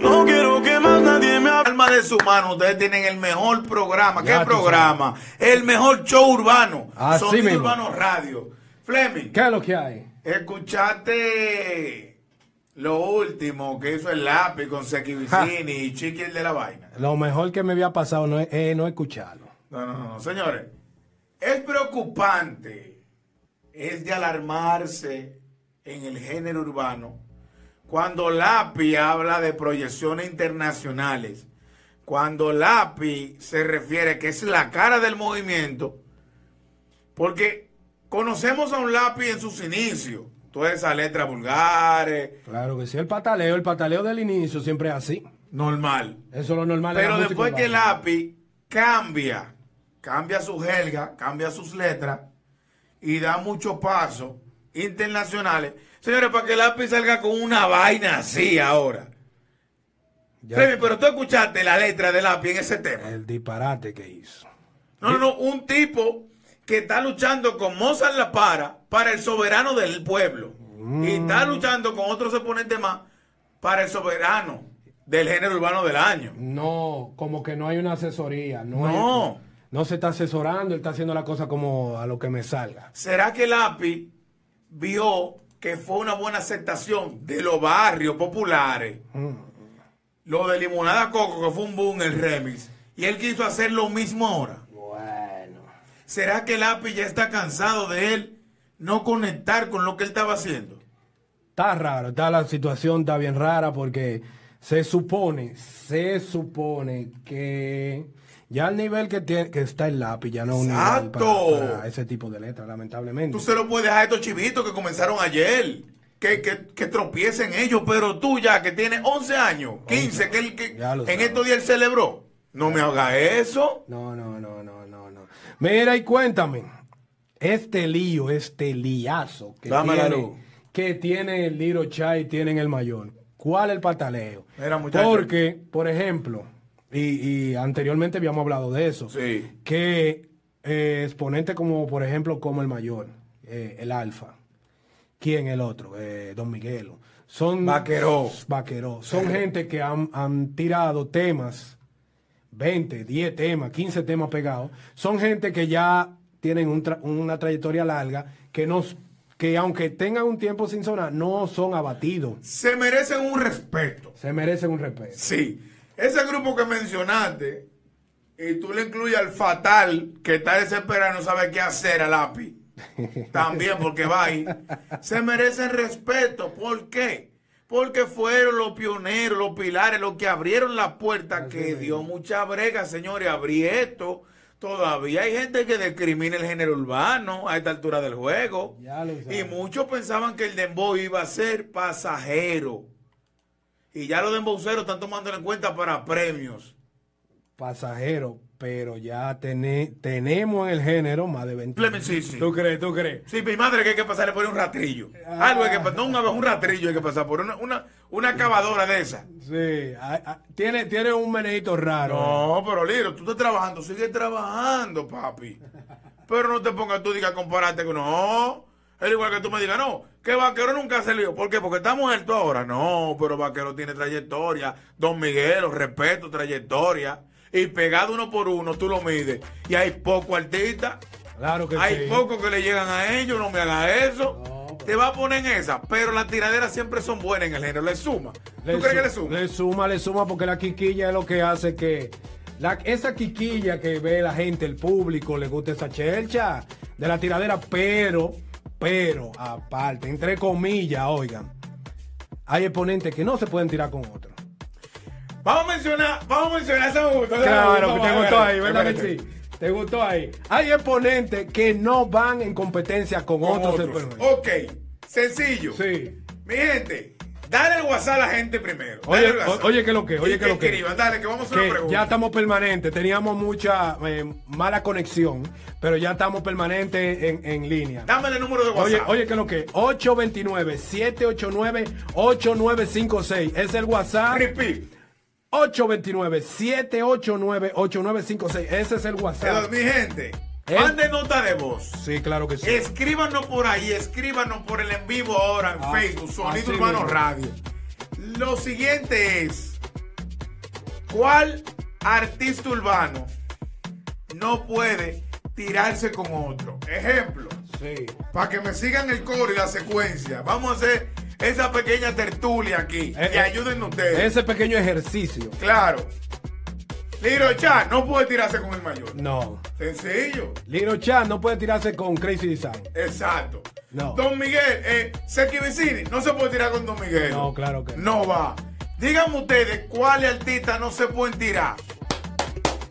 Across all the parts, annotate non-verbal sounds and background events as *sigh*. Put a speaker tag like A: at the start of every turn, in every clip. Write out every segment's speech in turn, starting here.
A: No quiero que más nadie me hable. Alma de su mano, ustedes tienen el mejor programa.
B: Ya
A: ¿Qué
B: tú
A: programa? El mejor show urbano.
B: Así
A: Sonido
B: mismo.
A: Urbano Radio. Fleming,
B: ¿Qué es lo que hay?
A: escuchaste lo último que hizo el lápiz con Seki Vicini y Chiqui el de la vaina.
B: Lo mejor que me había pasado no es eh, no escucharlo.
A: No, no, no, no, señores. Es preocupante, es de alarmarse en el género urbano cuando LAPI habla de proyecciones internacionales, cuando LAPI se refiere que es la cara del movimiento, porque conocemos a un LAPI en sus inicios, todas esas letras vulgares,
B: Claro que sí, el pataleo, el pataleo del inicio siempre es así.
A: normal.
B: Eso es lo normal. de la
A: Pero
B: música
A: después que el
B: urbana.
A: lápiz cambia, cambia su jerga, cambia sus letras y da muchos pasos internacionales. Señores, para que el lápiz salga con una vaina así ahora.
B: Ya,
A: Femi, pero tú escuchaste la letra del lápiz en ese tema.
B: el disparate que hizo.
A: No, no, no, un tipo que está luchando con Mozart La Para para el soberano del pueblo.
B: Mm.
A: Y está luchando con otros exponentes más para el soberano del género urbano del año.
B: No, como que no hay una asesoría. No.
A: No.
B: hay- no se está asesorando, él está haciendo la cosa como a lo que me salga.
A: ¿Será que el API vio que fue una buena aceptación de los barrios populares? Lo de Limonada Coco, que fue un boom el remix. Y él quiso hacer lo mismo ahora.
B: Bueno.
A: ¿Será que el API ya está cansado de él no conectar con lo que él estaba haciendo?
B: Está raro, está la situación está bien rara porque se supone, se supone que ya el nivel que tiene, que está el lápiz ya no es un nivel para-
A: Exacto.
B: para ese tipo de letras, lamentablemente.
A: Tú se lo puedes dejar a estos chivitos que comenzaron ayer. Que, que- que tropiecen ellos, pero tú ya que tienes 11 años, 15, que, él- que
B: Ya lo
A: en
B: sabes.
A: estos días él celebró. No me haga eso.
B: No, no, no, no, no, no. Mira y cuéntame, este lío, este liazo que
A: Dame la luz.
B: tiene, que tiene el Liro Chai, tienen el mayor. ¿Cuál es el pataleo?
A: Mira, muchacho.
B: Porque, por ejemplo, y, y anteriormente habíamos hablado de eso,
A: Sí.
B: que eh, exponente como, por ejemplo, como el mayor, eh, el Alfa, ¿quién el otro? Eh, Don Miguelo. Son
A: Vaqueró.
B: Vaqueró. Son gente que han, han tirado temas, 20, 10 temas, 15 temas pegados. Son gente que ya tienen un tra- una trayectoria larga, que, nos, que aunque tengan un tiempo sin sonar, no son abatidos.
A: Se merecen un respeto.
B: Se merecen un
A: *laughs*
B: respeto.
A: Sí, ese grupo que mencionaste, y tú le incluyes al fatal que está desesperado y no sabe qué hacer al API, también porque va ahí, se merecen respeto. ¿Por qué? Porque fueron los pioneros, los pilares, los que abrieron la puerta, que dio mucha brega, señores, abrí esto. Todavía hay gente que discrimina el género urbano a esta altura del juego.
B: Ya lo
A: Y
B: sabes.
A: muchos pensaban que el dembow iba a ser pasajero. Y ya los dembowceros están tomando en cuenta para premios.
B: Pasajero, pero ya tene- tenemos en el género más de 20.
A: Fleming, sí, sí.
B: ¿Tú crees? ¿Tú crees?
A: Sí, mi madre que hay que pasarle por un ratrillo. Algo hay que pasar, no una vez un ratrillo hay que pasar por una, una, una cavadora de esa.
B: Sí, a- a- tiene, tiene un menedito raro. eh.
A: No, pero Liro, tú estás trabajando, sigue trabajando, papi. Pero no te pongas tú, diga, compararte con no. Es igual que tú me digas, no, que Vaquero nunca se lío. ¿Por qué? Porque está muerto ahora. No, pero Vaquero tiene trayectoria. Don Miguelo, respeto, trayectoria. Y pegado uno por uno, tú lo mides. Y hay poco artista.
B: Claro que
A: Hay
B: sí.
A: pocos que le llegan a ellos, no me haga eso.
B: No, pero-
A: Te va a poner en esa, pero las tiraderas siempre son buenas en el género, le suma. ¿Tú crees que le
B: su-
A: suma?
B: Le suma, le suma, porque la quiquilla es lo que hace que. La, esa quiquilla que ve la gente, el público, le gusta esa chelcha de la tiradera, pero, pero, aparte, entre comillas, oigan, hay exponentes que no se pueden tirar con otros.
A: Vamos a mencionar, vamos a mencionar esa me gustó, esa me
B: Claro,
A: gustó,
B: te
A: vale,
B: gustó
A: vale.
B: ahí, ¿verdad que
A: Espérate.
B: sí? Te gustó ahí. Hay exponentes que no van en competencia con,
A: Con
B: otros,
A: otros. Oh.
B: exponentes.
A: Ok, sencillo.
B: Sí.
A: Mi gente, dale el WhatsApp a la gente primero. Dale
B: Oye,
A: el WhatsApp.
B: o- oye, que lo que, oye,
A: Y
B: que lo que.
A: escriban, dale, que vamos a hacer una
B: que
A: pregunta.
B: ya estamos permanentes, teníamos mucha eh, mala conexión, pero ya estamos permanentes en, en línea.
A: Dame el número de WhatsApp.
B: Oye, oye, que lo que 829-789-8956 es el WhatsApp.
A: Repeat.
B: ah. 829-789-8956 ese es el
A: Pero,
B: WhatsApp.
A: mi gente,
B: Eh.
A: manden nota de voz.
B: Sí, claro que sí.
A: Escríbanos por ahí, escríbanos por el en vivo ahora en
B: Ah,
A: Facebook, Sonido
B: así
A: Urbano
B: mismo.
A: Radio. Lo siguiente es, ¿Cuál artista urbano no puede tirarse con otro? Ejemplo,
B: Sí.
A: para que me sigan el coro y la secuencia, vamos a hacer esa pequeña tertulia aquí.
B: Eh,
A: y
B: eh,
A: ayuden ustedes.
B: Ese pequeño ejercicio.
A: Claro. Liro Chat no puede tirarse con el mayor.
B: No.
A: Sencillo.
B: Liro Chan no puede tirarse con Crazy Design.
A: Exacto.
B: No.
A: Don Miguel, eh, Seki Vicini, no se puede tirar con Don Miguel.
B: No, claro que no.
A: No va. Díganme ustedes cuáles artistas no se pueden tirar.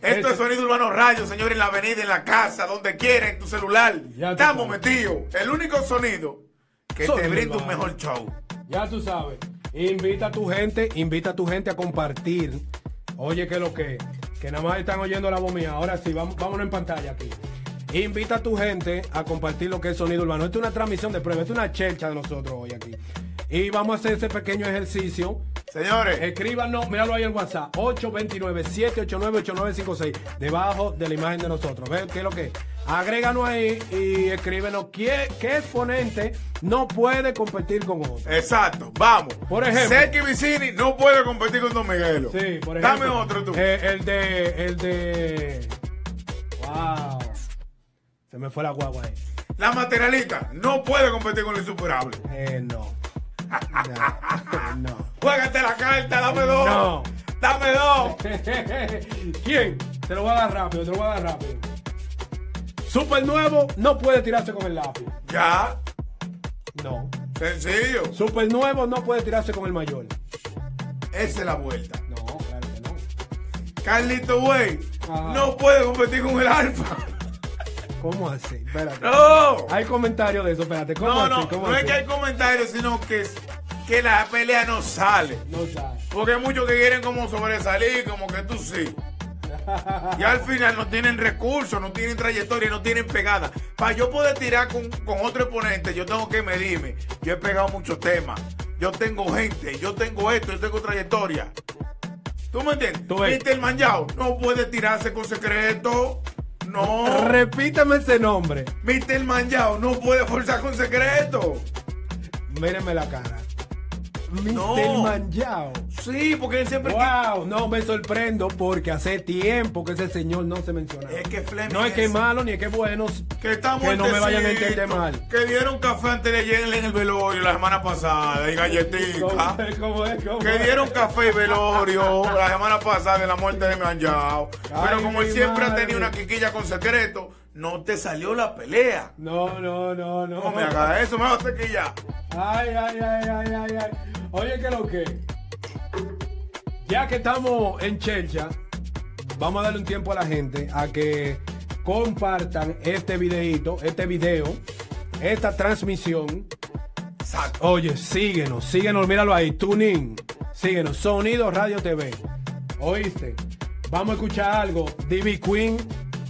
A: Esto
B: Ese-
A: es Sonido Urbano Radio, señores, en la avenida, en la casa, donde quiera, en tu celular.
B: Ya tú
A: Estamos
B: sabes.
A: metidos. El único sonido que te
B: Sonido
A: brinda un
B: Urbano.
A: mejor show.
B: Ya tú sabes. Invita a tu gente, invita a tu gente a compartir. Oye, que lo que, que nada más están oyendo la voz mía. Ahora sí, vamos, vámonos en pantalla aquí. Invita a tu gente a compartir lo que es sonido urbano. Esta es una transmisión de prueba, esta es una chelcha de nosotros hoy aquí. Y vamos a hacer ese pequeño ejercicio.
A: Señores,
B: Eh. Escríbanos, míralo ahí en WhatsApp, 829-789-8956, debajo de la imagen de nosotros. ¿Ves qué es lo que es? Agréganos ahí y escríbenos qué, qué exponente no puede competir con otro.
A: exacto, vamos.
B: Por ejemplo.
A: Seki Vicini no puede competir con Don Miguel.
B: Sí, por ejemplo.
A: Dame otro tú.
B: Eh, el de, el de... Wow. Se me fue la guagua ahí.
A: La materialista no puede competir con el insuperable.
B: Eh, no. No. *laughs* no.
A: Juégate la carta, dame dos.
B: No.
A: Dame dos.
B: ¿Quién? Te lo voy a dar rápido, te lo voy a dar rápido. Super nuevo no puede tirarse con el lápiz.
A: Ya,
B: No.
A: sencillo.
B: Super nuevo no puede tirarse con el mayor.
A: Esa es la vuelta.
B: No, claro que no.
A: Carlito Way
B: Ajá.
A: no puede competir con el Alfa. *laughs*
B: ¿Cómo así? Espérate.
A: No.
B: Hay comentarios de eso, espérate. ¿Cómo
A: No,
B: así?
A: no,
B: ¿Cómo
A: no es
B: así?
A: que hay comentarios, sino que, es- que la pelea no sale.
B: No sabe.
A: Porque hay muchos que quieren como sobresalir, como que tú sí. Y al final no tienen recursos, no tienen trayectoria, no tienen pegada. Para yo poder tirar con, con otro exponente, yo tengo que medirme. Yo he pegado muchos temas. Yo tengo gente, yo tengo esto, yo tengo trayectoria. ¿Tú me entiendes?
B: Tú ves.
A: Viste el manjao, no puede tirarse con secreto. No.
B: Repítame ese nombre.
A: Viste el manjao, no puede forzar con secreto.
B: Míreme la cara. Mr.
A: No.
B: Manjao.
A: Sí, porque él siempre.
B: Wow, no me sorprendo porque hace tiempo que ese señor no se menciona.
A: Es que Fleming
B: no es que
A: es-
B: es malo ni es que es bueno,
A: Que estamos
B: que no me vayan a entender mal.
A: Que dieron café antes de ayer en el velorio la semana pasada y
B: ¿Cómo
A: galletitas.
B: es? ¿Cómo es? ¿Cómo
A: Que
B: es?
A: Ah. dieron café y velorio la semana pasada en la muerte de Manjao. Pero
B: Ay,
A: como él
B: mi
A: siempre ha
B: madre.
A: tenido una quiquilla con secreto, no te salió la pelea.
B: No, no, no, no.
A: No me hagas eso, me vas a quillar.
B: Ay, ay, ay, ay, ay, ay. Oye, que lo que. Ya que estamos en chelcha, vamos a darle un tiempo a la gente a que compartan este videíto, este video, esta transmisión.
A: Exacto.
B: Oye, síguenos, síguenos, míralo ahí, tuning. Síguenos, Sonido Radio TV. ¿Oíste? Vamos a escuchar algo. Divi Queen,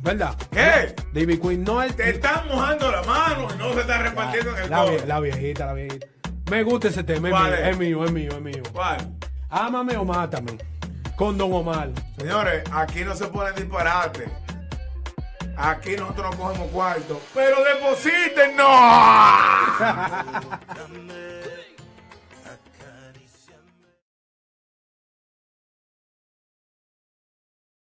B: ¿verdad?
A: ¿Qué?
B: Divi Queen no es. Ah,
A: Te están mojando la mano y no se está repartiendo en el
B: La,
A: codo.
B: vie- la viejita, la viejita. Me gusta ese tema, es
A: ¿Cuál
B: mío,
A: es?
B: es mío, es mío, es mío.
A: ¿Cuál?
B: Ámame o mátame. Con Don Omar.
A: Señores, aquí no se ponen disparate. Aquí nosotros no cogemos cuarto. Pero depositen, no.